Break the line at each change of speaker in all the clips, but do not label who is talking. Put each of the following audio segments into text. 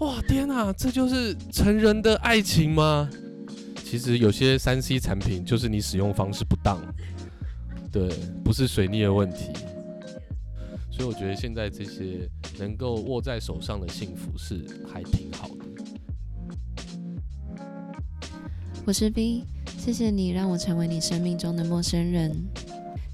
哇，天啊，这就是成人的爱情吗？其实有些三 C 产品就是你使用方式不当，对，不是水逆的问题。所以我觉得现在这些能够握在手上的幸福是还挺好的。
我是 V，谢谢你让我成为你生命中的陌生人。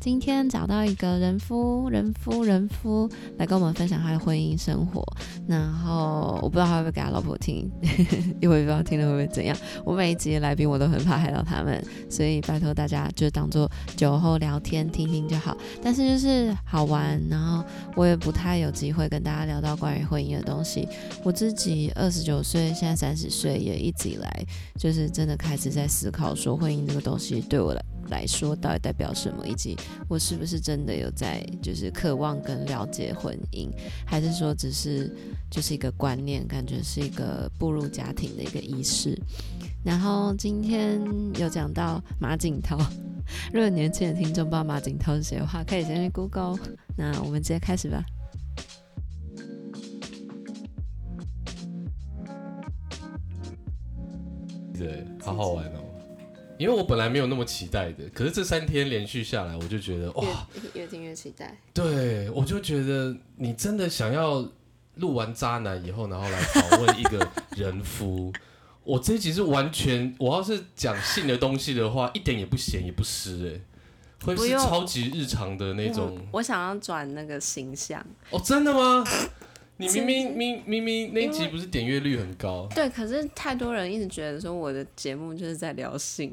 今天找到一个人夫，人夫，人夫来跟我们分享他的婚姻生活，然后我不知道他会不会给他老婆听， 因为我也不知道听了会不会怎样。我每一集的来宾我都很怕害到他们，所以拜托大家就当做酒后聊天听听就好。但是就是好玩，然后我也不太有机会跟大家聊到关于婚姻的东西。我自己二十九岁，现在三十岁，也一直以来就是真的开始在思考说婚姻这个东西对我来来说到底代表什么，以及我是不是真的有在就是渴望跟了解婚姻，还是说只是就是一个观念，感觉是一个步入家庭的一个仪式。然后今天有讲到马景涛，如果年轻的听众不知道马景涛是谁的话，可以先去 Google。那我们直接开始吧。
对，好好玩哦。因为我本来没有那么期待的，可是这三天连续下来，我就觉得哇，
越听越期待。
对，我就觉得你真的想要录完渣男以后，然后来访问一个人夫，我这一集是完全，我要是讲性的东西的话，一点也不咸也不湿，哎，会
不
是
用
超级日常的那种。
我想要转那个形象。
哦，真的吗？你明
真
明明明明那一集不是点阅率很高？
对，可是太多人一直觉得说我的节目就是在聊性，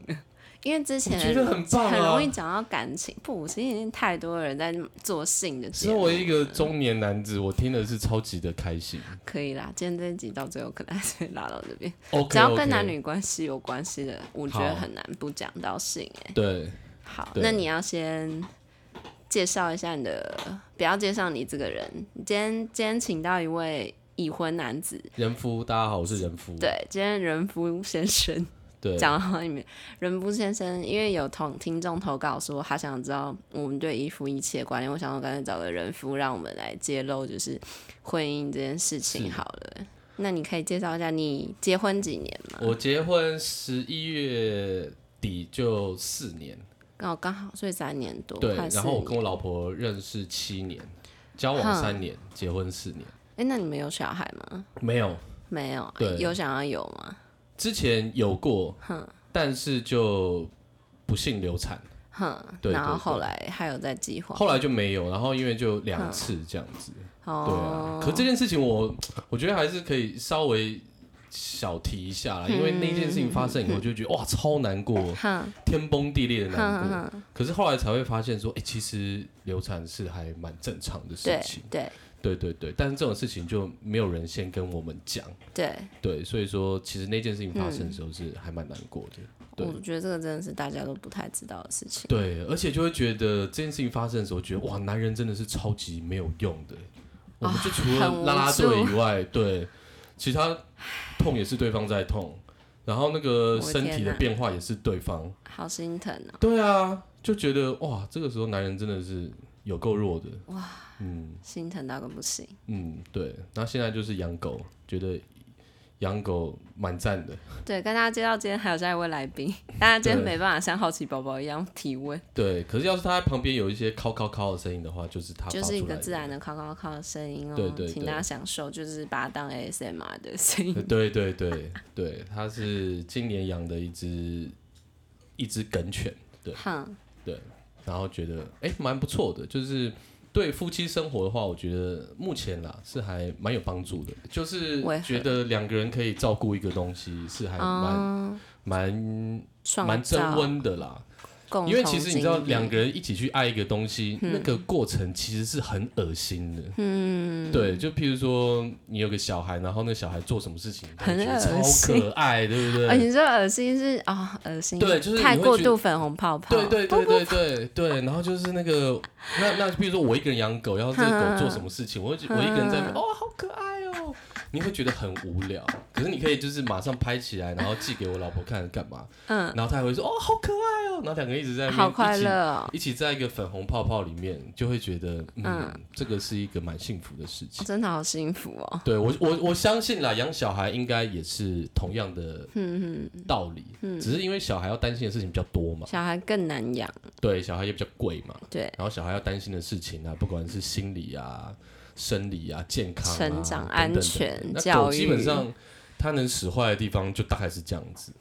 因为之
我
前
觉得很棒
很
啊
容易！讲到感情，不，是因为太多人在做性的节
身
目。
为一个中年男子，我听的是超级的开心。
可以啦，今天这一集到最后可能还是会拉到这边。
OK，
只要跟男女关系有关系的，我觉得
好
很难不讲到性哎、
对，
好，
对
那你要先介绍一下你的，不要介绍你这个人。你今天今天请到一位已婚男子，
人夫，大家好，我是人夫。
对，今天人夫先生。
对，
讲到里面，人夫先生，因为有同听众投稿说他想知道我们对一夫一妻的观念，我想我干脆找个人夫，让我们来揭露就是婚姻这件事情
是
好了。那你可以介绍一下你结婚几年吗？
我结婚十一月底就四年，
刚好刚好，所以三年多，
对，
哦快四
然后我跟
年。
我老婆认识七年，交往三年，结婚四年，
哎、那你们有小孩吗？
没有，
没有，
对
有想要有吗？
之前有过，但是就不幸流产，
哼，
对
然后
对
后
对
来还有在计划，
后来就没有，然后因为就两次这样子，对啊
哦，，
可这件事情我我觉得还是可以稍微。小提一下啦，因为那件事情发生以后，就觉得哇，超难过，
嗯哼
天崩地裂的难
哼
过。
哼，
可是后来才会发现说，哎、其实流产是还蛮正常的事
对
情。
对
对对对，但是这种事情就没有人先跟我们讲，
对，
对，所以说其实那件事情发生的时候是还蛮难过的。对
我觉得这个真的是大家都不太知道的事情。
对，而且就会觉得这件事情发生的时候，觉得哇，男人真的是超级没有用的。我们就除
啊很
了
无
拉拉队
助
以外，对，其他痛也是对方在痛，然后那个
我的
身体
天
的
哪
变化也是对方。
好心疼哦！
对啊，就觉得哇，这个时候男人真的是有够弱的。哇，嗯
心疼到个不行。
嗯，对。那现在就是养狗，觉得养狗蛮赞的。
对，跟大家介绍，今天还有下一位来宾， 大家今天
对
没办法像好奇宝宝一样提问，
对，可是要是他在旁边有一些敲敲敲的声音的话，就是他
就是一个自然
的。
的“靠靠靠”的声音哦，
对对对
请大家享受，就是把它当 ASMR 的声音。
对对对对，他是今年养的一只一只梗犬，对
哼，
然后觉得哎蛮不错的，就是对夫妻生活的话，我觉得目前啦是还蛮有帮助的，就是
为何
觉得两个人可以照顾一个东西是还蛮
嗯，
蛮
创
蛮增
造
温的啦。
共同
因为其实你知道，
经历
两个人一起去爱一个东西，那个过程其实是很恶心的。嗯，对，就譬如说你有个小孩，然后那小孩做什么事情，
很
你觉得
恶
超
心
可爱，对不
啊，
对？
你说恶心是啊，恶心，
对就是你
太
会
过
觉
度粉红泡泡，
对对对对对对，然后就是那个，那那譬如说我一个人养狗，然后这个狗做什么事情，我会觉我一个人在那边哦，好可爱哦，你会觉得很无聊。可是你可以就是马上拍起来，然后寄给我老婆看干嘛，嗯，然后她还会说哦，好可爱哦，然后两个人一直在那边
好快乐哦，
一起，一起在一个粉红泡泡里面，就会觉得嗯，
嗯
这个是一个蛮幸福的事情。
真的好幸福哦。
对我，我我相信啦，养小孩应该也是同样的
嗯哼，
道理，只是因为小孩要担心的事情比较多嘛，
小孩更难养，
对，小孩也比较贵嘛，
嗯对，
然后小孩要担心的事情啊，不管是心理啊、生理啊、健康、啊、
成长
等等
安全
等等那
教
狗基本
育
上它能使坏的地方就大概是这样子。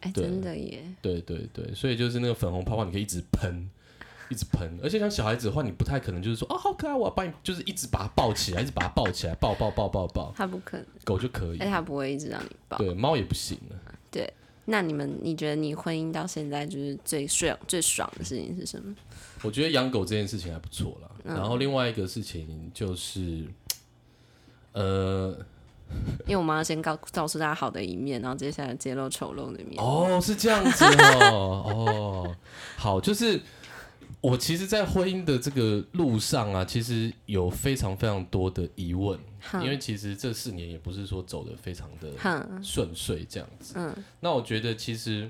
哎，
对
真的耶，
对对对，所以就是那个粉红泡泡，你可以一直喷，一直喷。而且像小孩子的话，你不太可能就是说啊、好可爱，我要把你，就是一直把它抱起来，一直把它抱起来，抱抱抱抱抱。
他不可能，
狗就可以
哎，，他不会一直让你抱。
对，猫也不行了。
那你们，你觉得你婚姻到现在就是最爽、最爽的事情是什么？
我觉得养狗这件事情还不错啦。
嗯
然后另外一个事情就是，呃，
因为我们要先告告诉大家好的一面，然后接下来揭露丑陋的一面。
哦，是这样子哦，哦，好，就是我其实，在婚姻的这个路上啊，其实有非常非常多的疑问，
哼
因为其实这四年也不是说走的非常的
哼，
顺遂这样子。
嗯
那我觉得其实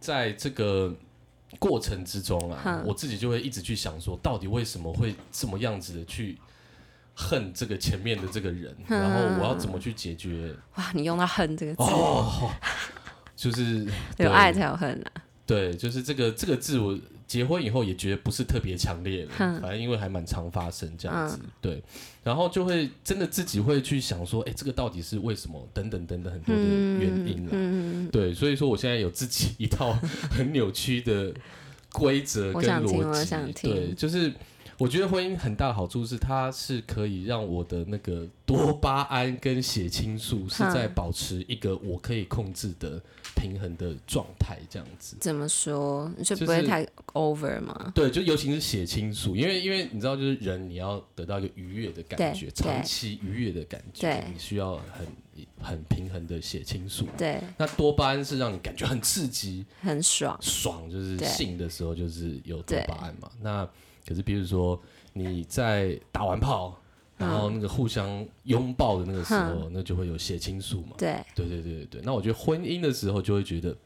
在这个过程之中啊
哼，
我自己就会一直去想说，到底为什么会这么样子的去恨这个前面的这个人，
哼
然后我要怎么去解决？
哇，你用到“恨”这个字，
哦，就是对
有爱才有恨啊。
对，就是这个这个字，我结婚以后也觉得不是特别强烈了，
哼嗯
反正因为还蛮常发生这样子，对，然后就会真的自己会去想说，哎、这个到底是为什么？等等等等很多的原因啦，
嗯，
对，所以说我现在有自己一套 很扭曲的规则
我
跟
想听我
逻
想
辑，
听
对，就是。我觉得婚姻很大的好处是，它是可以让我的那个多巴胺跟血清素是在
哼
保持一个我可以控制的平衡的状态，这样子。
怎么说？你就
就是
不会太 over 吗？
对，就尤其是血清素，因为因为你知道，就是人你要得到一个愉悦的感觉，
对
长期愉悦的感觉
对，
你需要很很平衡的血清素。
对，
那多巴胺是让你感觉很刺激、
很爽。
爽，就是
对
性的时候就是有多
对
巴胺嘛。那可是比如说你在打完炮，然
嗯
后那个互相拥抱的那个时候，那就会有血清素嘛。
对，
对对对对对。那我觉得婚姻的时候就会觉得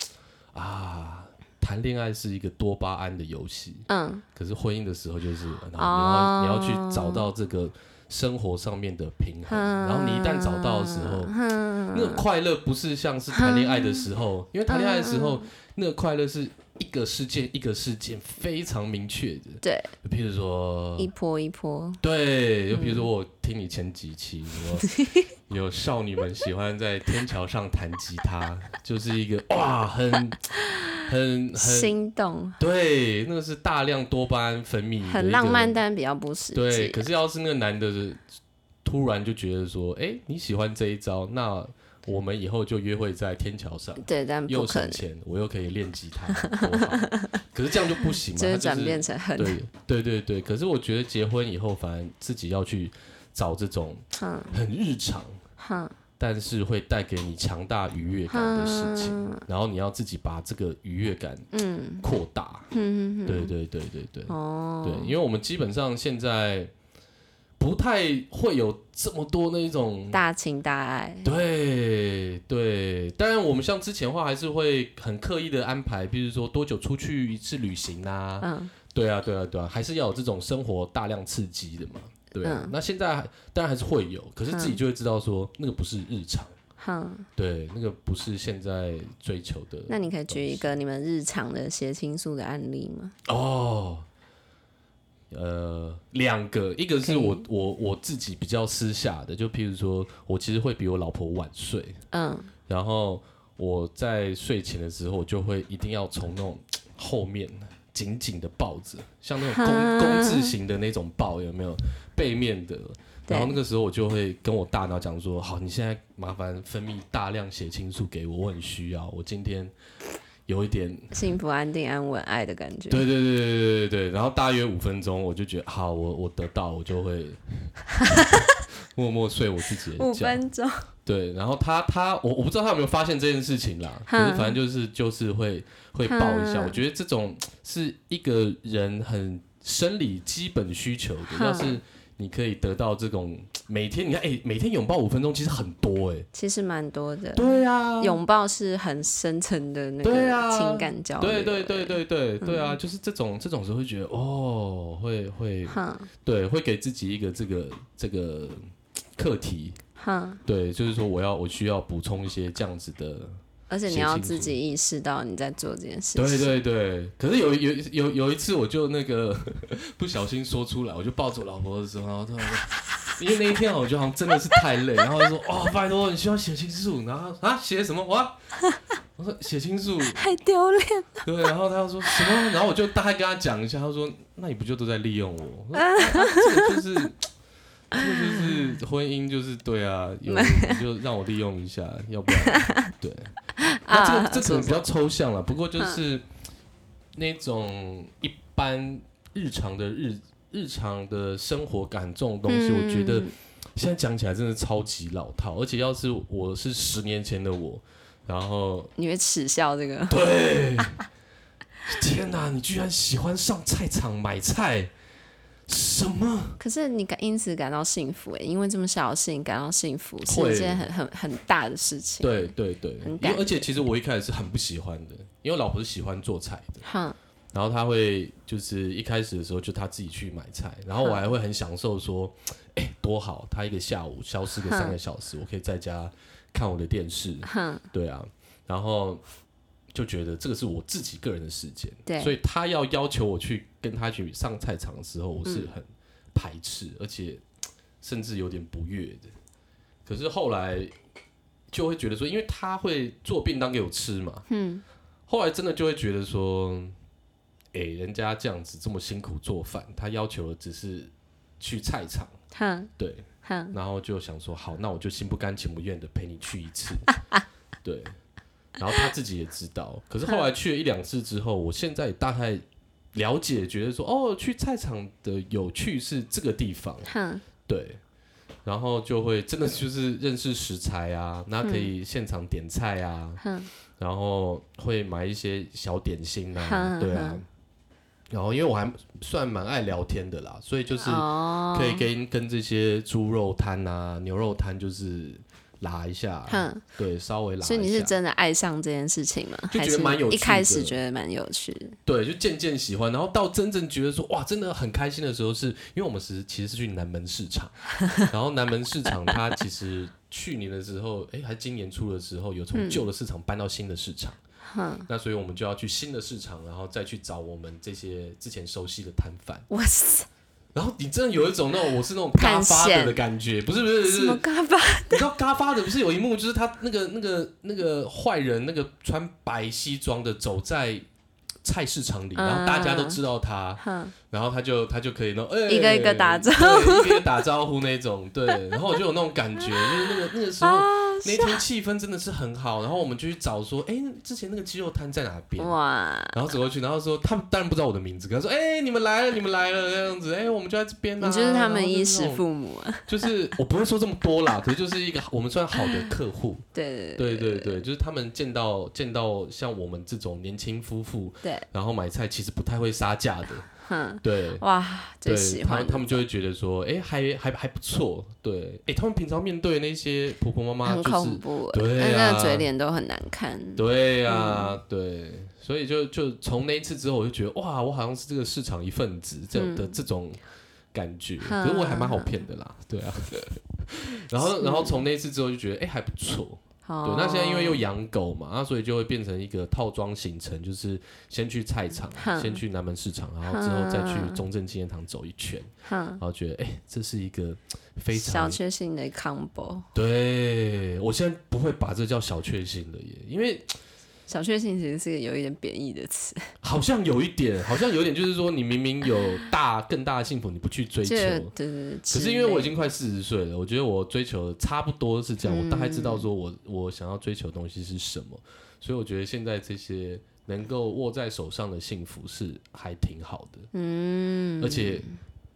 啊，谈恋爱是一个多巴胺的游戏。
嗯，
可是婚姻的时候就是，然后你要、
哦
你要去找到这个生活上面的平衡，
嗯
然后你一旦找到的时候，
嗯，
那个快乐不是像是谈恋爱的时候，因为谈恋爱的时候、那个快乐是一个事件一个事件非常明确的，
对，
譬如说
一波一波，
对，就比如说我听你前几期 什么，有少女们喜欢在天桥上弹吉他，就是一个哇，很很很，
心动，
对，那个是大量多巴胺分泌，
很浪漫，。但比较不实
对，
际。
可是要是那个男的是突然就觉得说，哎、你喜欢这一招，那我们以后就约会在天桥上，
对，但不
又
可
省
能，
钱，我又可以练吉他，多好！可是这样就不行嘛，
就
他
会
就是
转变成恨。
对对对对，可是我觉得结婚以后，反而自己要去找这种
哼
很日常，
哼
但是会带给你强大愉悦感的事情，
哼，
然后你要自己把这个愉悦感
嗯
扩大。
哼哼哼，
对对对对对，
哦，
对，因为我们基本上现在不太会有这么多那一种。
大情大爱，
对对，当然我们像之前的话，还是会很刻意的安排，比如说多久出去一次旅行啊，
嗯，
对啊，对啊，对啊，还是要有这种生活大量刺激的嘛。对啊、
嗯
那现在还当然还是会有，可是自己就会知道说、那个不是日常，
哼，
对，那个不是现在追求的。
那你可以举一个你们日常的血清素的案例吗？
哦，呃，两个，一个
可以
是我我我自己比较私下的，就譬如说我其实会比我老婆晚睡，
嗯，
然后我在睡前的时候，我就会一定要从那种后面紧紧的抱着，像那种
哈
工工字型的那种抱，有没有背面的？
对
然后那个时候我就会跟我大脑讲说：“好，你现在麻烦分泌大量血清素给我，我很需要。我今天有一点……
幸福、安定、安稳、爱的感觉。
对对对对对对对。”然后大约五分钟，我就觉得好，我我得到，我就 会默默睡我自己的觉。
五分钟，
对，然后他他我我不知道他有没有发现这件事情啦，可
哼
是反正就是就是会会抱一下。
哼
我觉得这种是一个人很生理基本需求的，
哼
要是你可以得到这种每天你看，哎、每天拥抱五分钟其实很多哎、
其实蛮多的。
对啊，
呃拥抱是很深层的那
对
个
啊
情感交流。
对对对对对对
嗯
啊，就是这种这种时候会觉得哦，会会
哈
对，会给自己一个这个这个课题，
哈，
对，就是说我要我需要补充一些这样子的，
而且你
写
要
清楚
自己意识到你在做这件事情。
对对对。可是有有有有一次我就那个 不小心说出来，我就抱着我老婆的时候，然后突然说。因为那一天啊我觉得好像真的是太累，然后就说哦，拜托你需要写清楚，然后她啊写什么哇？我说写清楚，
太丢脸。
对，然后他就说什么？然后我就大概跟他讲一下，他说：“那你不就都在利用 我？”我说啊这个就是，这个就是婚姻，就是对啊，有你就让我利用一 下，要不然对。 那这个
啊
这可能比较抽象了，不过啊就是嗯那种一般日常的日日常的生活感这种东西，我觉得
嗯
现在讲起来真的超级老套，而且要是我是十年前的我，然后
你会耻笑这个。
对，天哪，你居然喜欢上菜场买菜？什么？
可是你感因此感到幸福诶，因为这么小的事情感到幸福是
会
一件很很很大的事情。
对，对对，
很
因为
感
而且其实我一开始是很不喜欢的，因为我老婆是喜欢做菜的，
哈
然后她会就是一开始的时候就她自己去买菜，然后我还会很享受说，哎、多好，她一个下午消失个三个小时，我可以在家看我的电视，
哈，
对啊，然后就觉得这个是我自己个人的时间，
对
所以他要要求我去跟他去上菜场的时候，我是很排斥，而且甚至有点不悦的。可是后来就会觉得说，因为他会做便当给我吃嘛，
嗯，
后来真的就会觉得说，哎、人家这样子这么辛苦做饭，他要求的只是去菜场，
哈
对，
哈，
然后就想说，好，那我就心不甘情不愿的陪你去一次， 对。然后他自己也知道，可是后来去了一两次之后，我现在也大概了解，觉得说，哦，去菜场的有趣是这个地方，
哈，
对。然后就会真的就是认识食材啊，那可以现场点菜啊，
哼
然后会买一些小点心啊，
哼
对啊。然后因为我还算蛮爱聊天的啦，所以就是
哦，
可以跟跟这些猪肉摊啊、牛肉摊就是啊拉一下，
哼
对，稍微拉一
嗯
下。
所以你是真的爱上这件事情吗？
就
还
觉
是
得蛮有
一
趣
开
的
始觉得蛮有趣的。
对，就渐渐喜欢，然后到真正觉得说哇，真的很开心的时候是，因为我们是其实是去南门市场，然后南门市场它其实去年的时候，哎，还今年初的时候有
嗯
从旧的市场搬到新的市场，那所以我们就要去新的市场，然后再去找我们这些之前熟悉的摊贩，
哇塞，
然后你真的有一种那种我是那种嘎
探
发
险
的的感觉，不是不是不
什
是
么，嘎巴？
你知道《嘎发》的不是有一幕，就是他那个、那个、那个坏人，那个穿白西装的走在菜市场里，
嗯
然后大家都知道他，
哈，
然后他就他就可以那种、欸
一个一个打招
呼，一个一个打招呼那 种，对。然后我就有那种感觉，就是那个那个时
啊
候、那天气氛真的是很好，然后我们就去找说，哎、之前那个鸡肉摊在哪边？
哇，
然后走过去，然后说他们当然不知道我的名字，跟他说：“哎、你们来了，你们来了，这样子，哎、我们就在这边、啊。”
你就是他
然
们
后
衣
是那
食
种
父母啊。
就是 我不会说这么多啦，可是就是一个我们算好的客户，
对对
对对对，就是他们见到见到像我们这种年轻夫妇，
对，
然后买菜其实不太会杀价的，
哼，
对。
哇，最
对
喜
他
欢
们，他们就会觉得说，哎、还还还不错，对，哎、他们平常面对那些婆婆妈妈，
很
就是
恐怖欸，
对
那那
啊
个嘴脸都很难看。
对呀、
嗯
对，所以就就从那一次之后，我就觉得哇，我好像是这个市场一份子，这样的、这种感觉，
嗯
可是我还蛮好骗的啦，对 啊。然后然后从那一次之后就觉得哎、还不错，对。
哦，
那现在因为又养狗嘛，啊那所以就会变成一个套装行程，就是先去菜场，
嗯
先去南门市场，然后之后再去中正纪念堂走一圈，
哼
然后觉得哎、这是一个非
小
常
确幸的 combo，
对我现在不会把这叫小确幸了耶，因为。
小确幸其实是有一点贬义的词，
好像有一点，好像有一点，就是说你明明有大更大的幸福，你不去追
就
求。
对对对。
可是因为我已经快四十岁了，我觉得我追求的差不多是这
嗯
样，我大概知道说我我想要追求的东西是什么，所以我觉得现在这些能够握在手上的幸福是还挺好的，
嗯，
而且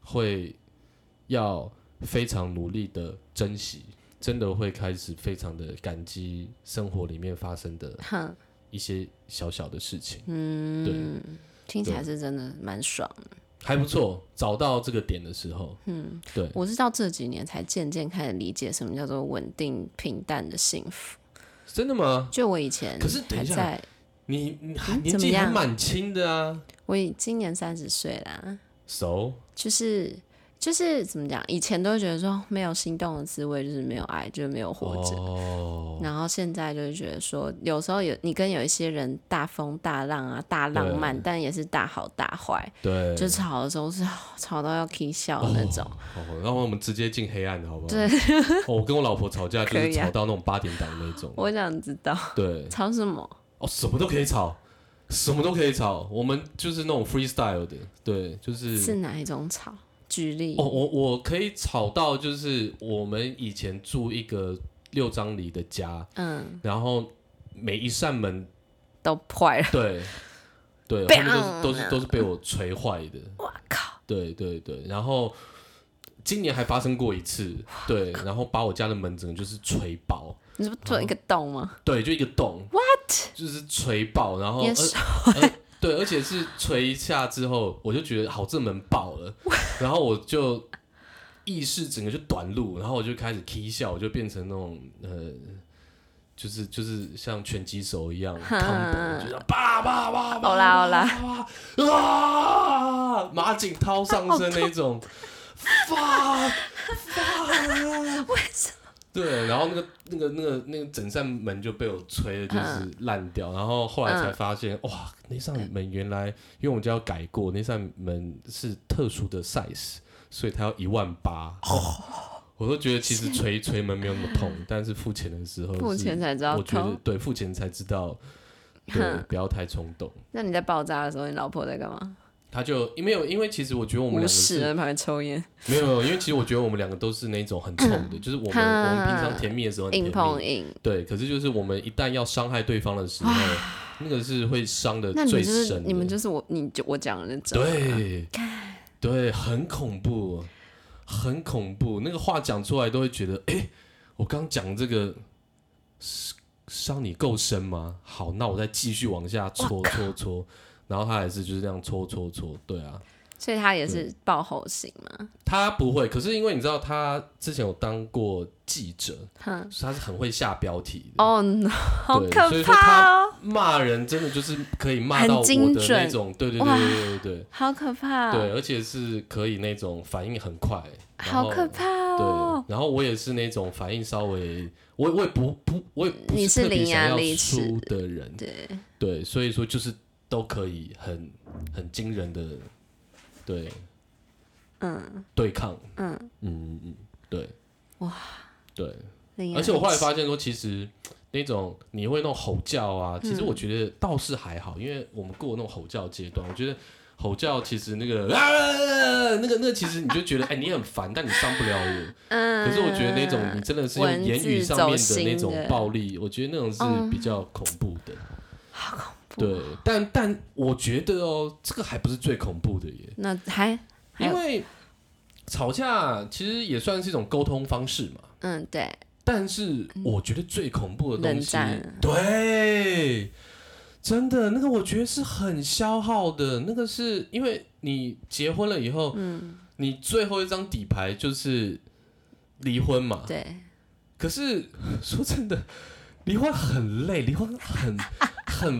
会要非常努力的珍惜，真的会开始非常的感激生活里面发生的
哼，
一些小小的事情。
嗯，听起来
对
是真的蛮爽的。
还不错，找到这个点的时候，
嗯，
对，
我是到这几年才渐渐开始理解什么叫做稳定平淡的幸福。
真的吗？
就我以前
可是等
还
一下
在，
你你
嗯
年
怎么
纪还
样
蛮轻的啊，
我已今年三十岁啦，
熟、
就是就是怎么讲，以前都会觉得说没有心动的滋味就是没有爱，就是没有活着。
哦，
然后现在就是觉得说，有时候有你跟有一些人大风大浪啊，大浪漫，但也是大好大坏，
对，
就吵的时候是哦吵到要 k 笑的那种。
哦，让我们直接进黑暗好不好？
对，
哦，我跟我老婆吵 架就
可
是
以啊
吵到那种八点档那种，
我想知道
对，
吵什么，
哦，什么都可以吵，什么都可以吵，我们就是那种 freestyle 的，对，就是
是哪一种吵？举例。
哦，我我可以吵到就是我们以前住一个六张里的家，
嗯，
然后每一扇门，
都 坏了。
对，对，
被嗯
后面都是都是都是被我锤坏的，
我靠！
对对对，然后今年还发生过一次，对，然后把我家的门整个就是锤爆，
你是不是做一个洞吗？
对，就一个洞，what，就是锤爆，然后
也
而
是啊
而对，而且是锤一下之后，我就觉得好，这门爆了，然后我就意识整个就短路，然后我就开始 k 笑，我就变成那种呃。就是就是像拳击手一样，
哈
combo，就这样叭叭叭叭，
好啦好啦
啦，啊，马景涛上身那 种，发对，然后那个那个那个那个整扇门就被我吹的，就是烂掉。然后后来才
嗯
发现，哇，那扇门原来因为我们家要改过，那扇门是特殊的 size，所以它要一万八。
哦
我都觉得其实 捶捶门没有那么痛，但是付钱的时候是，
付钱才知道
呃我觉得
痛。
对付钱才知道，对
哼，
不要太冲动。
那你在爆炸的时候，你老婆在干嘛？
他就因为有因为其实我觉得我们两
无
个
视
是
在旁边抽烟，
没有，因为其实我觉得我们两个都是那种很冲 的，就是我们
哈
我们平常甜蜜的时候很甜
硬
蜜，
碰硬。
对，可是就是我们一旦要伤害对方的时候，那个是会伤的
啊那你
最
就
深
是
的。
你们就是啊我，你就我讲的那种。
对，对，很恐怖，很恐怖。那个话讲出来都会觉得，哎、我刚讲这个是伤你够深吗？好，那我再继续往下戳戳戳，然后他还是就是这样戳戳戳，对啊。
所以他也是爆吼型嘛。
他不会，可是因为你知道，他之前有当过记者，
哼，
所以他是很会下标题的。
哦、no，好
对所
可
以说他
怕哦，
骂人真的就是可以骂到我
很
的
精
那
准
种，对对对
哇
对对对
好可怕、
对，
哦，
对，而且是可以那种反应很快，然
好
后
可怕哦
对，。然后我也是那种反应稍微，我我也不不，我也不
你是
特别
伶牙
想要
俐齿
输的人，
对，
对，所以说就是都可以很很惊人的，对
嗯，
对抗，
嗯
嗯嗯，对，
哇，
对，
伶牙
而且我后来
俐齿
发现说，其实那种你会那种吼叫啊，其实
嗯
我觉得倒是还好，因为我们过那种吼叫阶段，我觉得吼叫其实那个啊，那个那个其实你就觉得哎、你很烦，但你伤不了我。
嗯，
可是我觉得那种你真的是用
文
言语
字
上
走
面的
心
那种
的嗯
暴力，我觉得那种是比较恐怖的。
怖啊
对，但但我觉得哦，这个还不是最恐怖的耶，
那还还
因
有
为吵架其实也算是一种沟通方式嘛。
嗯对，
但是我觉得最恐怖的东西
嗯冷战，
对，真的那个我觉得是很消耗的。那个是因为你结婚了以后，
嗯
你最后一张底牌就是离婚嘛。
对，
可是说真的，离婚很累，离婚很 很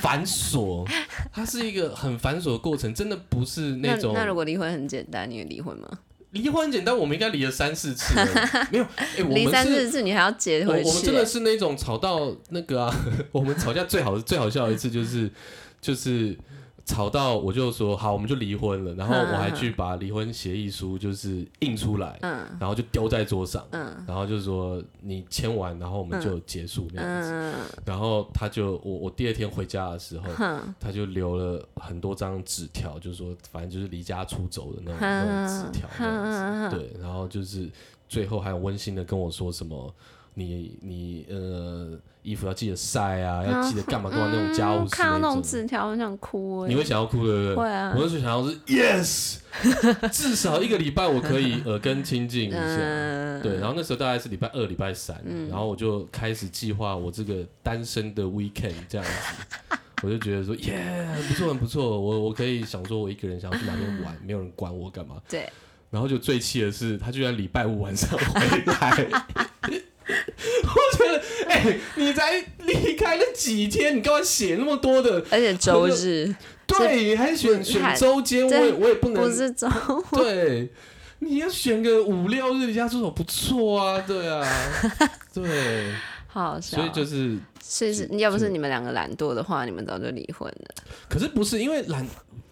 繁琐，它是一个很繁琐的过程，真的不是
那
种
那如果离婚很简单，你会离婚吗？
离婚很简单，我们应该离了三四次了，没有，哎、我
离
们
三
是
四次你还要结
我
回去、
我们真的是那种吵到那个啊， 我们吵架最好最好笑的一次就是就是吵到我就说好，我们就离婚了，然后我还去把离婚协议书就是印出来，
嗯
然后就丢在桌上，
嗯
然后就说你签完，然后我们就结束那样子。
嗯
然后他就我我第二天回家的时候，
哼
他就留了很多张纸条，就是说反正就是离家出走的那种那种
哼
纸条那样子。
哼，
对，然后就是最后还有温馨的跟我说什么，你你呃衣服要记得晒啊，要记得干嘛干嘛那种家务
嗯
事
看到那种
种，
字条，我想哭哎、
你会想要哭对不对？
会啊
我就想要是 yes，至 少一个礼拜我可以耳根清净一下。
嗯
对，然后那时候大概是礼拜二、礼 拜三，然后我就开始计划我这个单身的 weekend 这样子。我就觉得说耶，很不错，很不错，我我可以想说，我一个人想要去哪边玩，没有人管我干嘛。
对，
然后就最气的是，他居然礼拜五晚上回来。 我觉得，哎、你才离开了几天，你干嘛写那么多的？
而且周日
对，你还选选周间，我
这
也我也不能
不是周，
对，你要选个五六日离家出走不错啊，对 啊，对，
好笑。
所以就是，
所以是要不是你们两个懒惰的话，你们早就离婚了。
可是不是因为懒，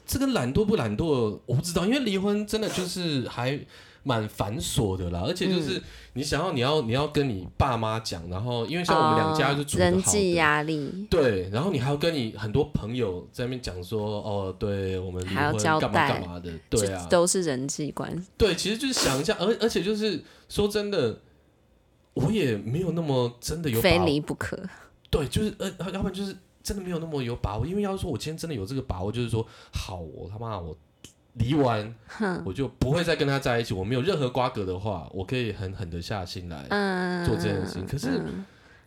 这个懒惰不懒惰我不知道，因为离婚真的就是还蛮繁琐的啦，而且
嗯
就是你想要你要你要跟你爸妈讲，然后因为像我们两家
哦
就住得好
人
的
际压力，
对，然后你还要跟你很多朋友在那边讲说，哦，对我们离
还要
婚
交
干嘛
代
干嘛的，对啊
这，都是人际关系。
对，其实就是想一下，而而且就是说真的，我也没有那么真的有
非
把握
离不可，
对，就是呃，要要不然就是真的没有那么有把握，因为要是说我今天真的有这个把握，就是说，好，我他妈我离完，我就不会再跟他在一起，我没有任何瓜葛的话，我可以狠狠的下心来
嗯，
做这件事情。可是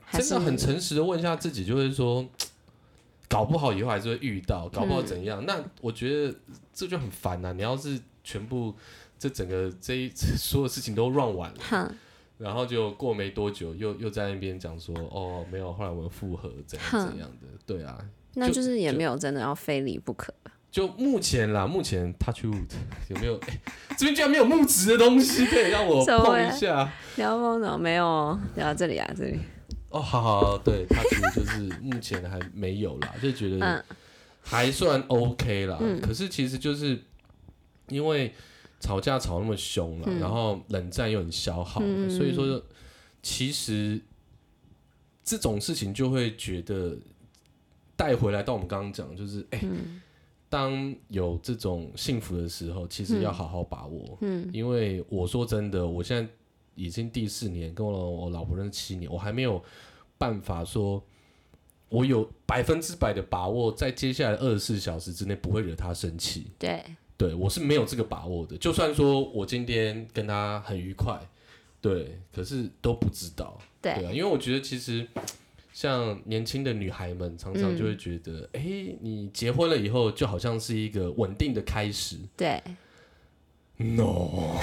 还
真
是
的很诚实的问一下自己，就是说，搞不好以后还是会遇
嗯
到，搞不好怎样？那我觉得这就很烦啊呐、你要是全部这整个这一 所有事情都 run 完了，
哼
然后就过没多久，又又在那边讲说，哦，没有，后来我们复合，怎样怎样的，对啊。
那
就
就是也
就
没有真的要非离不可。
就目前啦，目前 Touch Wood 有没有？哎、这边居然没有木质的东西可以让我
怎么
碰
会
一下。
聊梦呢？没有哦，聊到这里啊，这里。
哦，好好，对 Touch Wood 就是目前还没有啦，就觉得
嗯
还算 OK 啦。可是其实就是因为吵架吵那么凶了，然后冷战又很消耗，
嗯
所以说其实这种事情就会觉得带回来到我们刚刚讲，就是哎、
嗯
当有这种幸福的时候，其实要好好把握。嗯，因为我说真的，我现在已经第四年，跟我我老婆认识七年，我还没有办法说。我有百分之百的把握，在接下来二十四小时之内不会惹她生气。
对，
对我是没有这个把握的。就算说我今天跟他很愉快，对，可是都不知道，
对
啊，因为我觉得其实像年轻的女孩们，常常
嗯
就会觉得，哎、你结婚了以后，就好像是一个稳定的开始。
对，
No，No，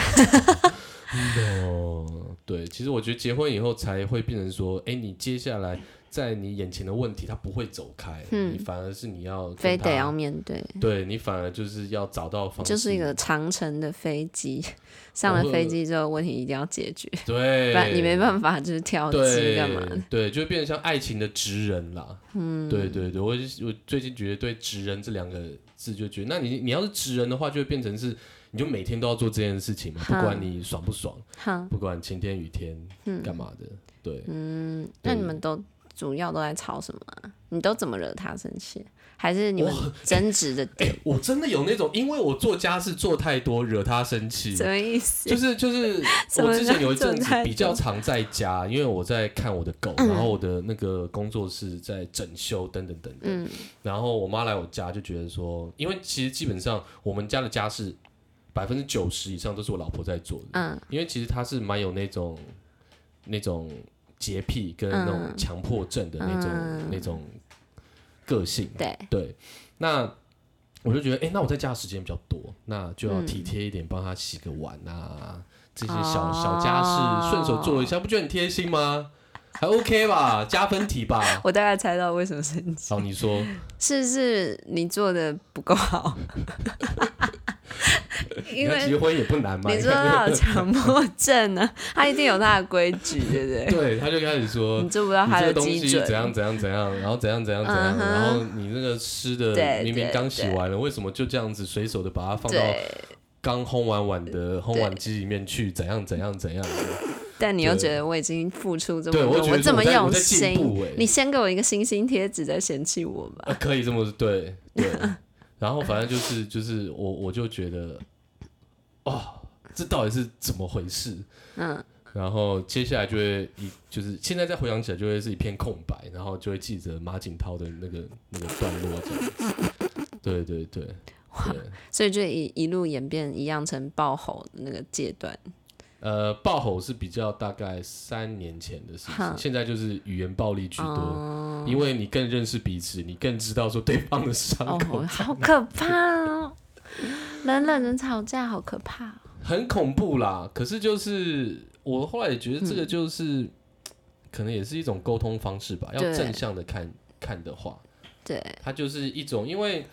对， 其实我觉得结婚以后才会变成说，哎、你接下来在你眼前的问题，它不会走开，
嗯
你反而是你要跟
非得
它
要面对，
对你反而就是要找到方式，
就是一个长程的飞机。上了飞机之后，问题一定要解决，
嗯对，
不然你没办法就是跳机
对
干嘛的？
对，就变得像爱情的职人啦。嗯，对对对，我就我最近觉得对“职人”这两个字就觉得，那你你要是职人的话，就会变成是你就每天都要做这件事情嘛，不管你爽不爽，
哈，
不管晴天雨天，干嘛的，对，
嗯，那你们都主要都在吵什么啊、你都怎么惹他生气？啊还是你们 争执的 点？
我真的有那种，因为我做家事做太多，惹他生气
什。么意思？
就是 就是，
什
我
么
之前有一阵
叫做
子
太嗯
比较常在家，因为我在看我的狗，然后我的那个工作室在整修等等等等。
嗯
然后我妈来我家就觉得说，因为其实基本上我们家的家事百分之九十以上都是我老婆在做的，
嗯
因为其实她是蛮有那种那种洁癖跟那种
嗯
强迫症的那种、
嗯
那种个性。
对
对，那我就觉得，哎、那我在家的时间比较多，那就要体贴一点，帮她洗个碗啊，这些小、小家事顺手做一下，不觉得很贴心吗？还 OK 吧，加分题吧。
我大概猜到为什么生气，
好，你说。
是不是你做的不够好？因
你看结
为
婚也不难嘛。
你
你
说
看
他有强迫症呢、啊，他一定有他的规矩，对不 对？
对，他就开始说
你做不到
你
他
这
的
个东
基
西
准，
怎样怎样怎样，然后怎样怎样怎
嗯
样，
哼
然后你那个湿的
对
明明
对
刚洗
对
完了，为什么就这样子随手的把它放到
对，
刚烘完碗的烘碗机里面去？怎样怎样怎样？
但你又
对
觉得我已经付出这么
对我
多，
就觉得
这么
我在
用
我在进
心
步欸，
你先给我一个星星贴纸，再嫌弃我吧。
啊，可以这么对 对。然后反正就是就是我我就觉得，哦，这到底是怎么回事？
嗯，
然后接下来就会一就是现在再回想起来就会是一片空白，然后就会记着马景涛的那个那个段落这样子。对对对对
所以就一一路演变一样成爆吼的那个阶段，
呃，暴吼是比较大概三年前的事情
哼，
现在就是语言暴力居多，
哦
因为你更认识彼此，你更知道说对方的伤口
哦，好可怕哦！人冷人吵架好可怕哦、
很恐怖啦。可是就是我后来也觉得这个就是、可能也是一种沟通方式吧，要
对
正向的看看的话，
对，
它就是一种因为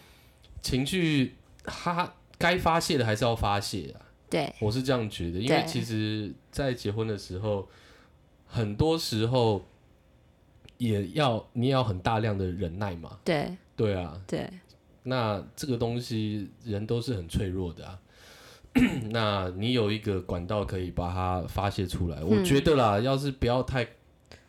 情绪它该发泄的还是要发泄啊，
对，
我是这样觉得，因为
对
其实，在结婚的时候，很多时候也要你也要很大量的忍耐嘛。
对，
对啊，
对，
那这个东西人都是很脆弱的啊。 那你有一个管道可以把它发泄出来，我
嗯
觉得啦，要是不要太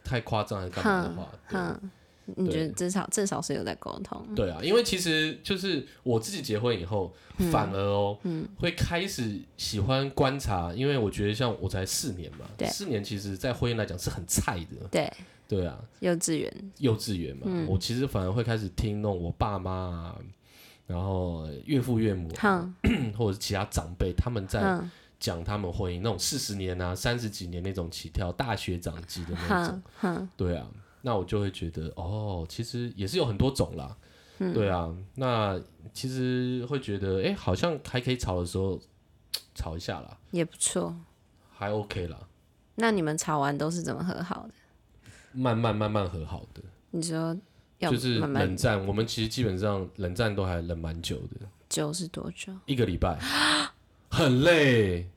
太夸张还干嘛的话，对
哼，你
对
觉得至少至少是有在沟通，
对啊，因为其实就是我自己结婚以后，
嗯
反而哦，会开始喜欢观察，因为我觉得像我才四年嘛，
对
四年其实在婚姻来讲是很菜的，
对，
对啊，
幼稚园，
幼稚园嘛，
嗯
我其实反而会开始听那种我爸妈啊，然后岳父岳母啊、
哼，
或者是其他长辈他们在
哼，
讲他们婚姻那种四十年啊、三十几年那种起跳大学长级的那种
哼，，哼，
对啊，那我就会觉得哦，其实也是有很多种啦。
嗯
对啊，那其实会觉得，哎、好像还可以吵的时候吵一下啦，
也不错。
还 OK 啦，
那你们吵完都是怎么和好的？
慢慢慢慢和好的，
你说要
就是
慢慢
冷战。我们其实基本上冷战都还冷蛮久的，
久是多久？
一个礼拜， 很累。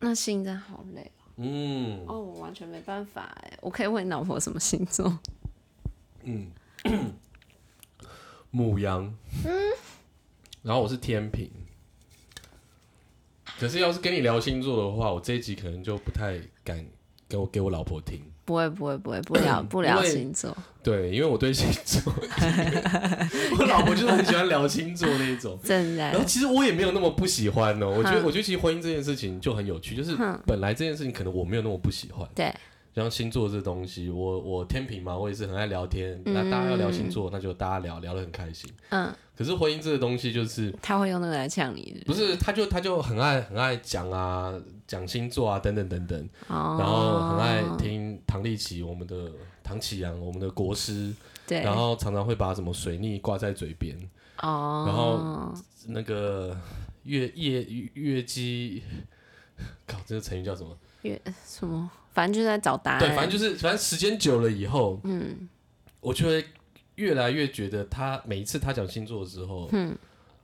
那星真好累
嗯，
哦，我完全没办法哎。我可以问你老婆什么星座？
母羊，然后我是天平。可是要是跟你聊星座的话，我这一集可能就不太敢给我给我老婆听。
不会，不会，不会，不 聊不聊
因为
星座。
对，因为我对星座，我老婆就是很喜欢聊星座那一种。
真的
然后其实我也没有那么不喜欢哦，我觉得我觉得其实婚姻这件事情就很有趣，就是本来这件事情可能我没有那么不喜欢，
对，
然后星座这东西，我我天平嘛，我也是很爱聊天，那大家要聊星座，那就大家聊聊得很开心。
嗯，
可是婚姻这个东西就是
他会用那个来呛你
不是，他就他就很爱很爱讲啊，讲星座啊，等等等等，
哦，
然后很爱听唐立奇，我们的唐启阳，我们的国师，
对，
然后常常会把什么水逆挂在嘴边，
哦，
然后那个月夜月姬，靠，这个成语叫什么？
什么，反正就是在找答案。
对，反正就是反正时间久了以后，
哎嗯，
我就会越来越觉得他每一次他讲星座的时候，嗯，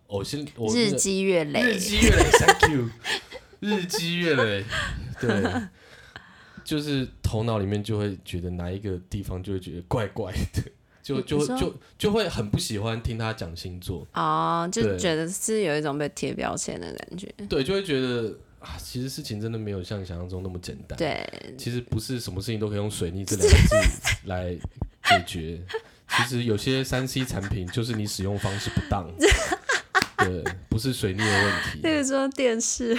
我先我那
日
个
积月
日
累，
积月累，Thank you，日积月累，对，就是头脑里面就会觉得哪一个地方就会觉得怪怪的，就
你
就
你说
就就会很不喜欢听他讲星座，
哦，就
对哎
觉得是有一种被贴标签的感觉。
对，就会觉得啊，其实事情真的没有像想象中那么简单，，
对，
其实不是什么事情都可以用水逆这两个字来解决， 其实有些三 C 产品就是你使用方式不当，对，不是水逆的 问
例如
题，
说电视、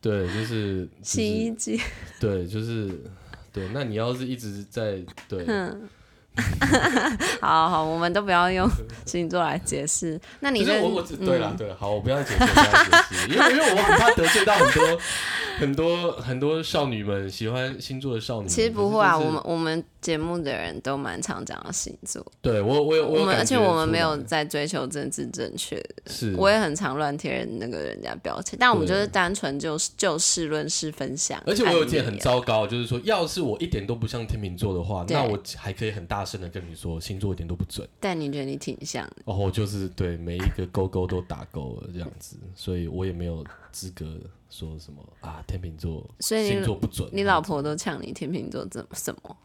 对，就是就是
洗衣机，
对，就是对。那你要是一直在对，
好好，我们都不要用 星座来解释。那你
可是
认嗯
我我只对了对了，好，我不要解释，不要解释，因为因为我很怕得罪到很多很多很多少女们喜欢星座的少女们。
其实
可
不
是
会啊，
嗯就是
我们我们节目的人都蛮常讲到星座，
对我我有
我
有
们
感
而且
觉
我
出
们没有
来
在追求政治正确，
是
我也很常乱贴人那个人家标签，但我们就
对
是单纯就事就事论事分享。
而且我有一件
案例
很糟糕，就是说，要是我一点都不像天秤座的话，
对
那我还可以很大声的跟你说，星座一点都不准。
但你觉得你挺像的，
哦，我就是对每一个勾勾都打勾了这样子，所以我也没有资格说什么啊，天秤座
所以你
星座不准。啊
你老婆都呛你天秤座怎什么？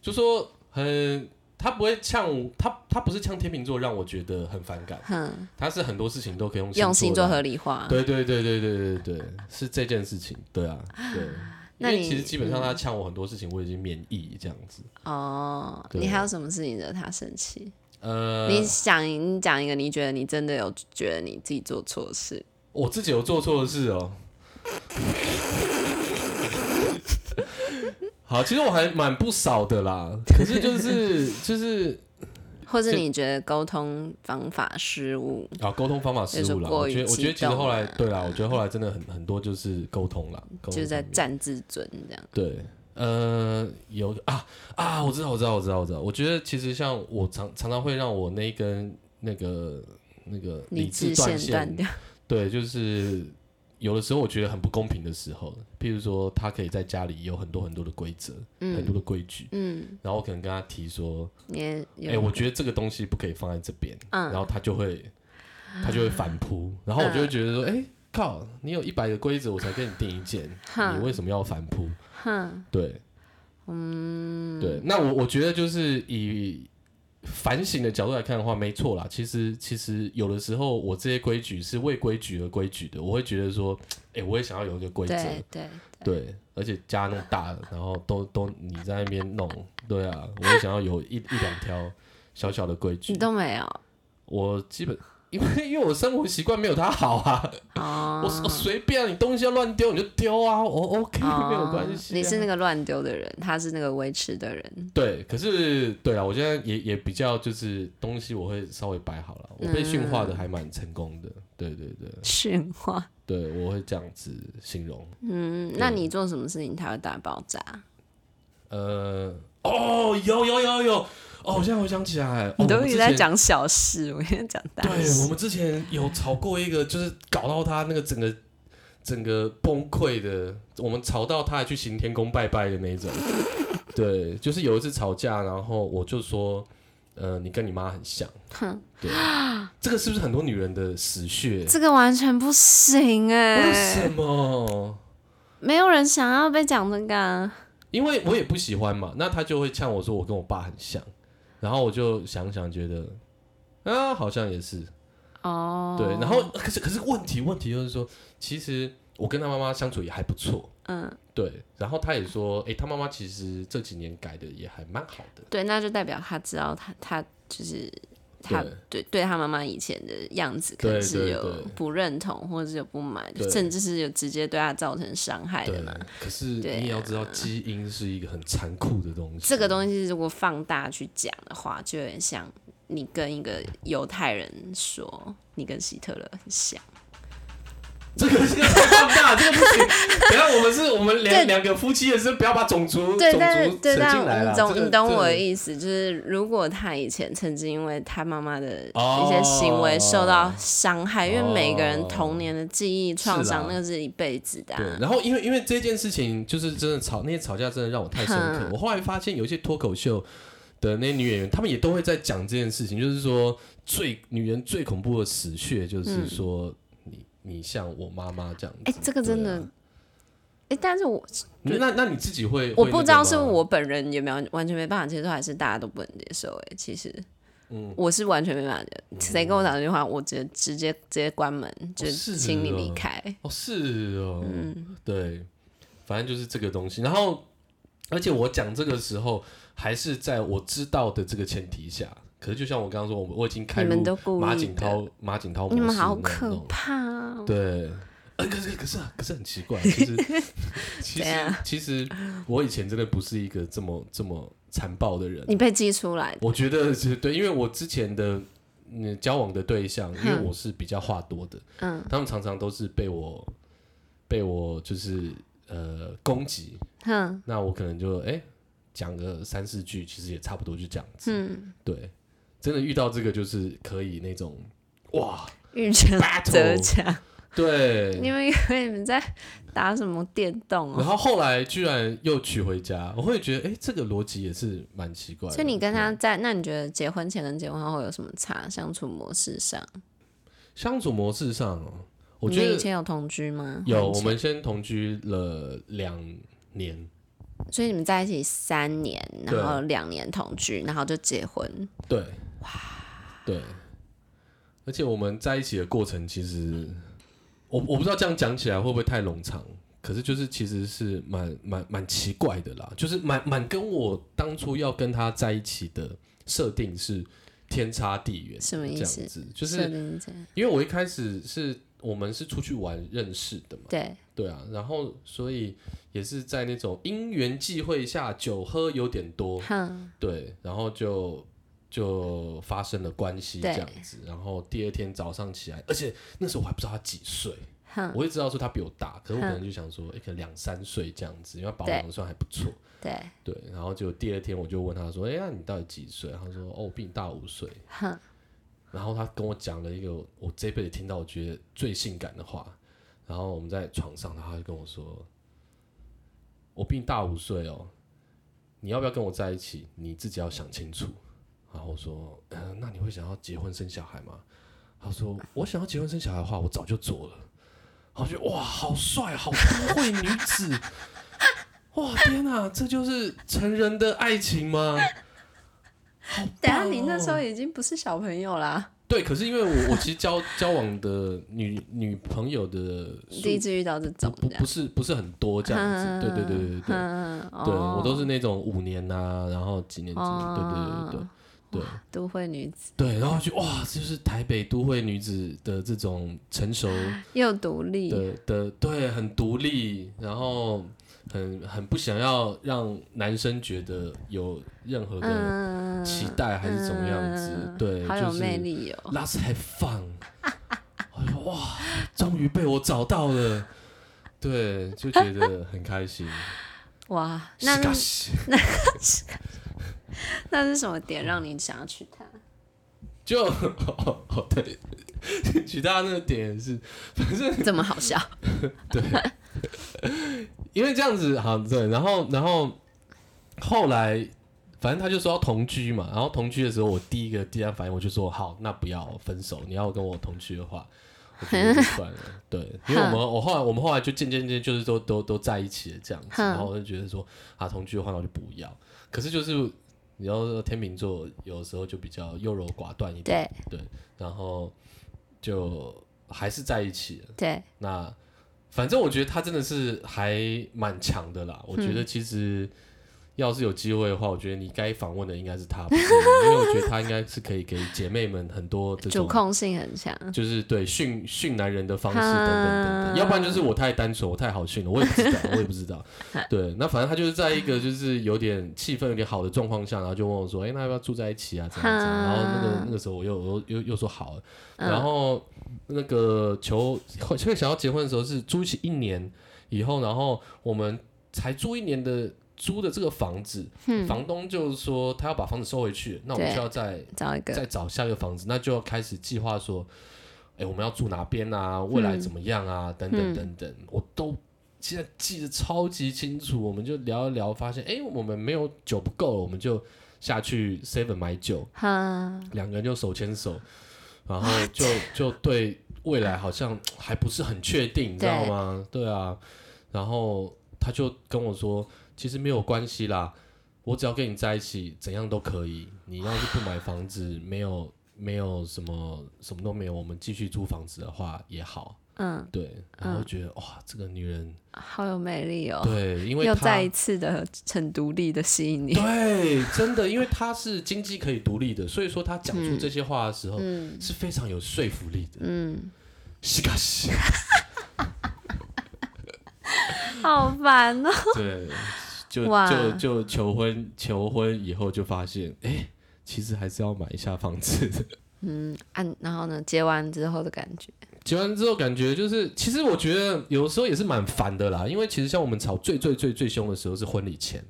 就说很，他不会呛他，他不是呛天秤座让我觉得很反感，
哼，
他是很多事情都可以用
用星座
来
合理化。
对对对对对对对，对是这件事情，对啊，对。因
那
为
你嗯
其实基本上他呛我很多事情，我已经免疫这样子。
哦，
对
你还有什么事情惹他生气？
呃，
你想，你讲一个，你觉得你真的有觉得你自己做错事？
我自己有做错的事哦。 好，其实我还蛮不少的啦，可是就是就是
或是
这
你觉得沟通方法失误？
啊，沟通方法失误
就是
啦。
过
我
于
觉得，我
激
觉得其实后来，
动啊
对啦，我觉得后来真的很很多就是沟通啦，沟通
就是在
方面
战自尊这样。
对，呃，有啊啊，我知道，我知道，我知道，我知道。我觉得其实像我常常常会让我那一根那个那个
理
智
智
断
线
线，
断掉，
对，就是有的时候我觉得很不公平的时候，譬如说他可以在家里有很多很多的规则，很多
嗯
的规矩，
嗯，
然后我可能跟他提说，
你也
哎、
有，
我觉得这个东西不可以放在这边，
嗯
然后他就会他就会反扑，然后我就会觉得说，哎、靠！你有一百个规则，我才跟你定一件，
哼
你为什么要反扑？
哼，
对，嗯，对。那我我觉得就是以反省的角度来看的话，没错啦。其实其实有的时候我这些规矩是为规矩而规矩的，我会觉得说，哎、我也想要有一个规则，
对对，
对，而且家那么大，然后都都你在那边弄，对啊，我也想要有一一两条小小的规矩
你。都没有
我基本因为因为我生活习惯没有他好啊，
哦
我我随便啊，你东西要乱丢你就丢啊，我 OK、
哦
没有关系啊、
你是那个乱丢的人，他是那个维持的人。
对，可是对啊，我现在也也比较就是东西我会稍微摆好了，我被驯化的还蛮成功的，对对对
驯 化。
对，我会这样子形容。
嗯，那你做什么事情他会大爆炸？
呃，哦，有有有有，哦，我现在回想起来，哦、
你
我
都
们
一
之
直在
前。
讲小事，我在讲大
对，我
事。
们之前有吵过一个，就是搞到他那个整个整个崩溃的，我们吵到他还去行天宫拜拜的那一种。对，就是有一次吵架，然后我就说，呃，你跟你妈很像。对，这个是不是很多女人的死穴？
这个完全不行
为
哎、
什么？
没有人想要被讲这个啊。
因为我也不喜欢嘛，那他就会呛我说我跟我爸很像，然后我就想想觉得，啊，好像也是。
哦。
对，然后可是可是问题问题就是说，其实我跟他妈妈相处也还不错，
嗯，
对，然后他也说，诶，他妈妈其实这几年改的也还蛮好的，
对，那就代表他知道他他就是他
对
对对他妈妈以前的样子可能
对
是
对
有
对
不认同，或者是有不满，
对
甚至是有直接对他造成伤害的
对
嘛。。
可是你
对啊
也要知道，基因是一个很残酷的东西，
这个东西如果放大去讲的话，就有点像你跟一个犹太人说你跟希特勒很像。
这个这个放大，这个不行。等一下我们是我们
对
两两个夫妻的事，不要把种族
对，
种
但是
族
对，
扯进来
但
啦
你懂
这个
你懂我的
这个
意思，就是如果他以前曾经因为他妈妈的
哦
一些行为受到伤害，因为每个人
哦
童年的记忆创
是啦
伤，那个是一辈子的啊、
对，然后因为因为这件事情，就是真的吵那些吵架真的让我太深刻
哼。
我后来发现有一些脱口秀的那些女演员，她们也都会在讲这件事情，就是说最女人最恐怖的死穴，
嗯
就是说、你你像我妈妈这样子。
哎、这个真的，
对
哎、哎
啊
但是我
你那那你自己会，
我
会
不
那
知道
个
是
吗
我本人有没有完全没办法接受，还是大家都不能接受、哎，其实，
嗯
我是完全没办法接受。谁跟我讲这句话，我直接直接直接关门，就是请你
哦
离开。
哦，是哦，
嗯
对，反正就是这个东西。然后，而且我讲这个时候，还是在我知道的这个前提下。可是，就像我刚刚说，我们我已经开
你们
入
都故
马
意
景
的
涛马景涛模
你们
式
好
那种
可
那种
怕、哦。
对，呃，可是可是啊可是很奇怪，其 实其
怎
实
样
其实我以前真的不是一个这么这么残暴的人，
你被激出来的，
我觉得是对，因为我之前的嗯交往的对象，因为我是比较话多的，
嗯
他们常常都是被我被我就是呃攻击，
哼。
那我可能就哎讲个三四句，其实也差不多就这样子，
嗯，
对，真的遇到这个就是可以那种哇，
遇强
Battle
则强。
对，
你们以为你们在打什么电动
然
哦？
后后来居然又娶回家，我会觉得，哎，这个逻辑也是蛮奇怪的。
所以你跟他
对
在，那你觉得结婚前跟结婚后有什么差？相处模式上，
相处模式上哦，我
你
觉
们以
得
前有同居吗？
有，
很久
我们先同居了两年，
所以你们在一起三年，
对
然后两年同居，然后就结婚。
对，哇，对，而且我们在一起的过程，其实我我不知道这样讲起来会不会太冗长，可是就是其实是蛮蛮蛮奇怪的啦，就是蛮蛮跟我当初要跟他在一起的设定是天差地远的，
什么意思
这样子就
设
是
定这样，
因为我一开始是我们是出去玩认识的嘛，
对，
对啊，然后所以也是在那种因缘际会下，酒喝有点多，
哼，
对，然后就就发生了关系这
对
样子。然后第二天早上起来，而且那时候我还不知道他几岁，
哼，
我会知道说他比我大，可是我可
哼
能就想说，诶哎可能两三岁这样子，因为他保
对
养的算还不错。
对，
对，然后就第二天我就问他说：“哎、那你到底几岁？”他说：“哦，我比你大五岁。
哼，”
然后他跟我讲了一个我这辈子听到我觉得最性感的话。然后我们在床上，然后他就跟我说：“我比你大五岁哦，你要不要跟我在一起？你自己要想清楚。”然后我说：“呃，那你会想要结婚生小孩吗？”他说：“我想要结婚生小孩的话，我早就做了。”然后我觉得哇，好帅，啊好都会女子。哇天哪，这就是成人的爱情吗？好
等一下
棒
你那
哦
时候已经不是小朋友啦，
对，可是因为我我其实交交往的女女朋友的数
第一次遇到这
不
种
不
这样
不，是不是很多这样子，对对对对对对，
嗯，
对
哦
我都是那种五年呐、然后几年几年，对对对对对
哦
对
都会女子，
对，然后就哇，这就是台北都会女子的这种成熟
又独立，
的的，对，很独立，然后很很不想要让男生觉得有任何的
嗯，
期待还是怎么样子，
嗯
对，
好
就
有
是
魅力哦，
Last have fun，哎呦哇，终于被我找到了，对，就觉得很开心。
哇，那
是
那
噶是
那是什么点让你想要娶 她？
就 哦对，许大那个点也是，
这么好笑？
对，因为这样子好对，然后然后后来。反正他就说要同居嘛，然后同居的时候，我第一个第一反应我就说好，那不要分手，你要跟我同居的话，我觉得就算了。对，因为我们我后来我们后来就渐渐渐就是都都都在一起了这样子，
哼
然后我就觉得说啊同居的话那我就不要，可是就是你要说天秤座有时候就比较优柔寡断一点，
对
然后就还是在一起了。
对，
那反正我觉得他真的是还蛮强的啦。我觉得其实要是有机会的话，我觉得你该访问的应该是他，不是我因为我觉得他应该是可以给姐妹们很多这
主
种。
控性很强，
就是对训训男人的方式等等等等，
嗯
要不然就是我太单纯，我太好训了，我也不知道，我也不知道。对，那反正他就是在一个就是有点气氛有点好的状况下，然后就问我说：“哎、那要不要住在一起啊？”这样子。
嗯
然后那个那个时候我又我又又又说好了，然后那个求会想要结婚的时候是租起一年以后，然后我们才租一年的。租的这个房子，房东就是说他要把房子收回去，那我们
嗯对
就要再
找一个
再找下一个房子，那就要开始计划说，哎、我们要住哪边啊，未来怎么样啊，等等等等，我都现在记得超级清楚。我们就聊一聊，发现哎、诶我们没有酒不够了，我们就下去 Seven 买酒，
哈，
两个人就手牵手，然后就就对未来好像还不是很确定，你知道吗？对啊，然后他就跟我说，其实没有关系啦，我只要跟你在一起，怎样都可以。你要是不买房子，没有没有什么什么都没有，我们继续租房子的话也好。
嗯，
对，然后觉得、哇，这个女人，
好有魅力哦，
对，因为
又
她
再一次的很独立的吸 引你，
对，真的，因为她是经济可以独立的，所以说她讲出这些话的时候、
嗯
是非常有说服力的。
嗯，
是噶是，
好烦哦，
对，就
哇
就就求婚，求婚以后就发现，哎、其实还是要买一下房子。
嗯，按、然后呢，结完之后的感觉，
结完之后，感觉就是，其实我觉得有时候也是蛮烦的啦，因为其实像我们吵最最最最凶的时候是婚礼前，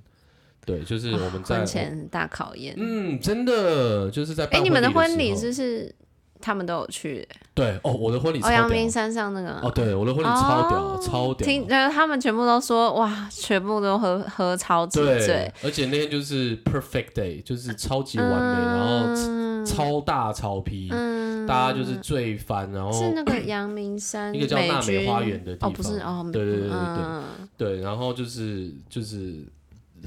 对，就是我们在
啊婚，前很大考验。
嗯，真的就是在
哎、
办
你们
的
的婚礼
时候
是是他们都有去
对哦，我的婚礼超
欧
屌
阳，冰山上那个
哦，啊对，我的婚礼超屌，
哦
超屌，
听，然后他们全部都说哇，全部都喝喝超级
对
醉，，
而且那天就是 perfect day，就是超级完美，然后
嗯，
超大草皮，
嗯
大家就是醉翻，然后
是那个阳明山
哦一个叫
美
娜美
军
花园的地
哦，
方
不是哦，
对对对对对
嗯
对，然后就是就是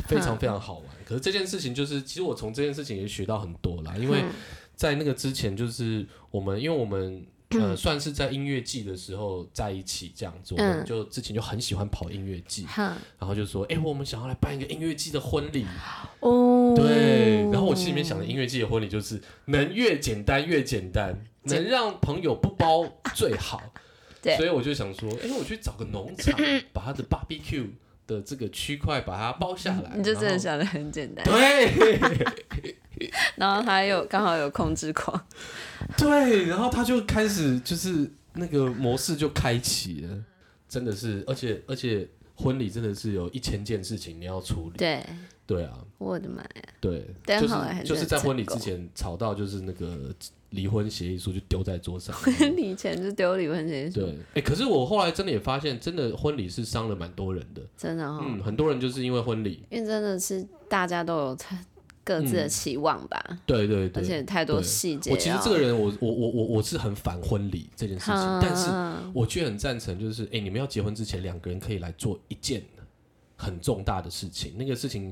非常
嗯
非常好玩。可是这件事情就是，其实我从这件事情也学到很多啦，因为
嗯
在那个之前，就是我们因为我 们。呃，算是在音乐季的时候在一起这样子，我们
嗯
就之前就很喜欢跑音乐季，
哼
然后就说，哎、我们想要来办一个音乐季的婚礼，
哦，
对，然后我心里面想的音乐季的婚礼就是能越简单越简单，
简。
能让朋友不包最好
对嗯
所以我就想说，哎，我去找个农场，把它的 barbecue 的这个区块把它包下来，
你就真
然
的
后
想的很简单，
对，
然后他又刚好有控 制狂，
对，然后他就开始就是那个模式就开启了，真的是，而且而且婚礼真的是有一千件事情你要处理，
对，
对啊，
我的妈呀，
对，
但
就是
好像还是
就是在
很
婚礼之
成
前吵到就是那个离婚协议书就丢在 桌上，
婚礼前就丢离婚协议
对
书，，
哎、可是我后来真的也发现，真的婚礼是伤了蛮多人的，
真的哈、哦
嗯，很多人就是因为婚礼，
因为真的是大家都有各自的
嗯
期望吧，
对对
而
对，
且太多
对
细节要。
我其实这个人我，我我我我是很反婚礼这件事情，
嗯，
但是
嗯
我却很赞成，就是哎、诶你们要结婚之前，两个人可以来做一件很重大的事情。那个事情，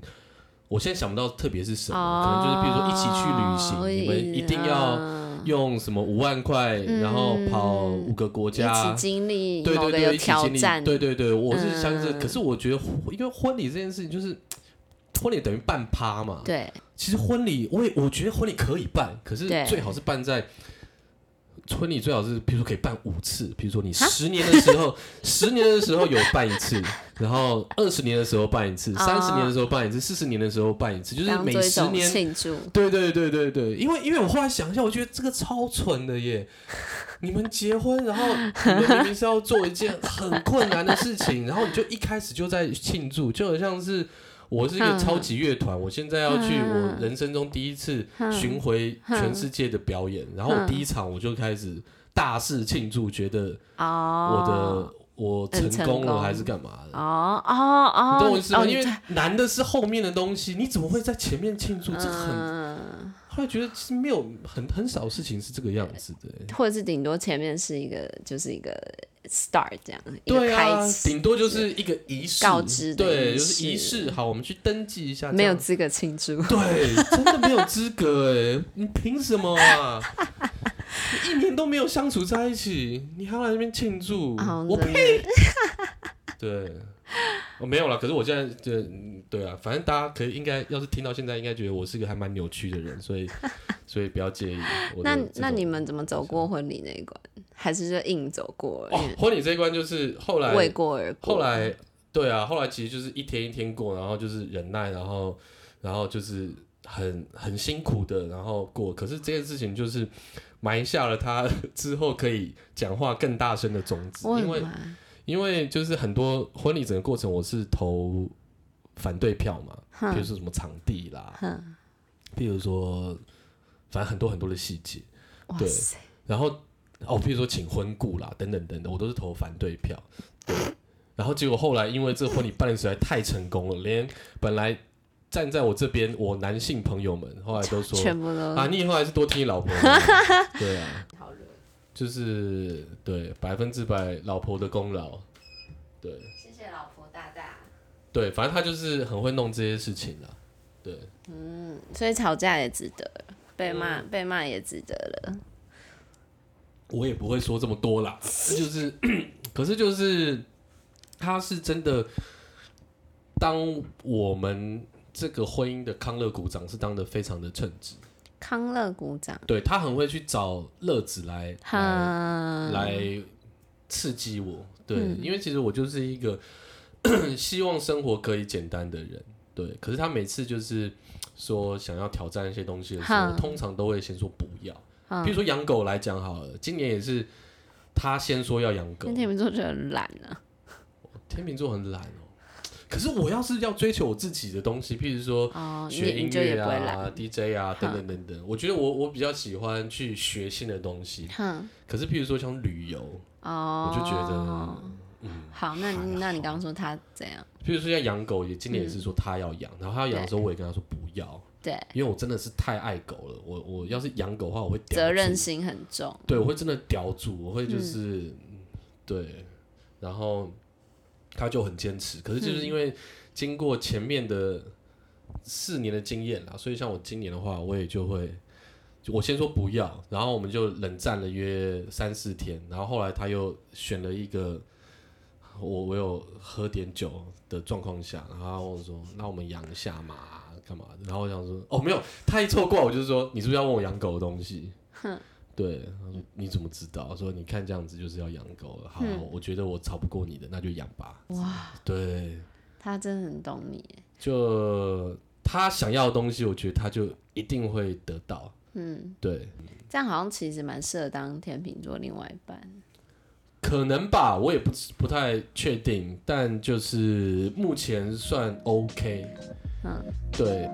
我现在想不到特别是什么，可能就是比如说一起去旅行，
哦我
你们
也
一定要
嗯
用什么五万块，然后跑五个国
一
家
起。经历
对
某
对
个
对，
有
一起
挑
经历
战，，
对对对，我是相信。
嗯
可是我觉得，因为婚礼这件事情，就是婚礼等于半趴嘛，
对
其实婚礼，我也我觉得婚礼可以办，可是
对
最好是办在婚礼，最好是比如说可以办五次，比如说你十年的时候， 十年的时候有办一次，然后二十年的时候办一次，
哦
三十年的时候办一次，四十年的时候办一次，就是
当
每
做一
十
种
年。
庆祝。
对对对对对，因为因为我后来想一下，我觉得这个超蠢的耶！ 你们结婚，然后你们明明是要做一件很困难的事情，然后你就一开始就在庆祝，就好像是我是一个
嗯
超级乐团，我现在要去
嗯
我人生中第一次
嗯
巡回全世界的表演，然后我第一场我就开始大肆庆祝，觉得我的、
哦，
我
很
成
成
功了
功
还是干嘛的。
哦哦哦，
你懂我意思吗？
哦
因为
对
难的是后面的东西，你怎么会在前面庆祝？这很
嗯，
后来觉得其实没有很很少事情是这个样子的、欸。
或者是顶多前面是一个就是一个 start 这样，一个
对啊
开，始，
顶多就是一个仪式，
告知的
对，
仪
就是仪
式
式。好，我们去登记一下。
没
啊
有
这样
资格庆祝。
对，真的没有资格哎、 你凭什么啊？你一年都没有相处在一起，你还要来那边庆祝？
好
我
哦真的
呸！对，我、没有了。可是我现在对对啊，反正大家可以应该要是听到现在，应该觉得我是一个还蛮扭曲的人，所以所以不要介意我的
那
这种。
那你们怎么走过婚礼那一关？还是就硬走过？因
哦，婚礼这一关就是后来
为为嗯过而过。
后来对啊，后来其实就是一天一天过，然后就是忍耐，然后然后就是很很辛苦的，然后过。可是这件事情就是埋下了他之后可以讲话更大声的种子，
我
因为
的妈！
因为就是很多婚礼整个过程我是投反对票嘛，
哼
比如说什么场地啦，
哼，
比如说反正很多很多的细节，
哇
对
塞，
然后哦，譬如说请婚顾啦，等等等等，我都是投反对票。对，然后结果后来因为这个婚礼办的实在太成功了，连本来站在我这边我男性朋友们后来都说
全部都
啊，你以后还是多听你老婆的。 对啊，就是对百分之百老婆的功劳。对
谢谢老婆大大。
对，反正他就是很会弄这些事情啦。对，
所以吵架也值得了，被骂、
嗯
被骂也值得了。
我也不会说这么多啦，就是， 可是就是，他是真的，当我们这个婚姻的康乐股长是当的非常的称职，
康乐鼓掌，
对他很会去找乐子来来
哈，
来刺激我，对，因为其实我就是一个 希望生活可以简单的人，对，可是他每次就是说想要挑战一些东西的时候，
哼
通常都会先说不要。
嗯
比如说养狗来讲好了，今年也是他先说要养狗
那，天秤座就很懒啊，
天秤座很懒哦。可是我要是要追求我自己的东西，譬如说
哦，你
学
你
音
就也
乐
不会懒，
啊、DJ 啊等等等等，我觉得我我比较喜欢去学新的东西。
哼，
可是譬如说像旅游，
哦，
我就觉得，嗯，
好，那
还
你
好
那你刚刚说他怎样？
譬如说像养狗，也今年也是说他要养，然后他要养的时候，我也跟他说不要，
对，
因为我真的是太爱狗了。我我要是养狗的话，我会叼
责任
住
心很重，
对，我会真的叼住，我会就是、嗯对，然后他就很坚持，可是就是因为经过前面的四年的经验啦，所以像我今年的话，我也就会。就我先说不要，然后我们就冷战了约三四天，然后后来他又选了一个我我有喝点酒的状况下，然后我说那我们养一下嘛，干嘛的？然后我想说哦没有，他一凑过来我就说你是不是要问我养狗的东西？对，他说你怎么知道？说你看这样子就是要养狗了。好，我觉得我吵不过你的，那就养吧。
嗯哇，
对，
他真的很懂你耶，
就他想要的东西，我觉得他就一定会得到。
嗯，
对，
这样好像其实蛮适合当天秤座另外一半。
可能吧，我也不不太确定，但就是目前算 OK。
嗯，
对。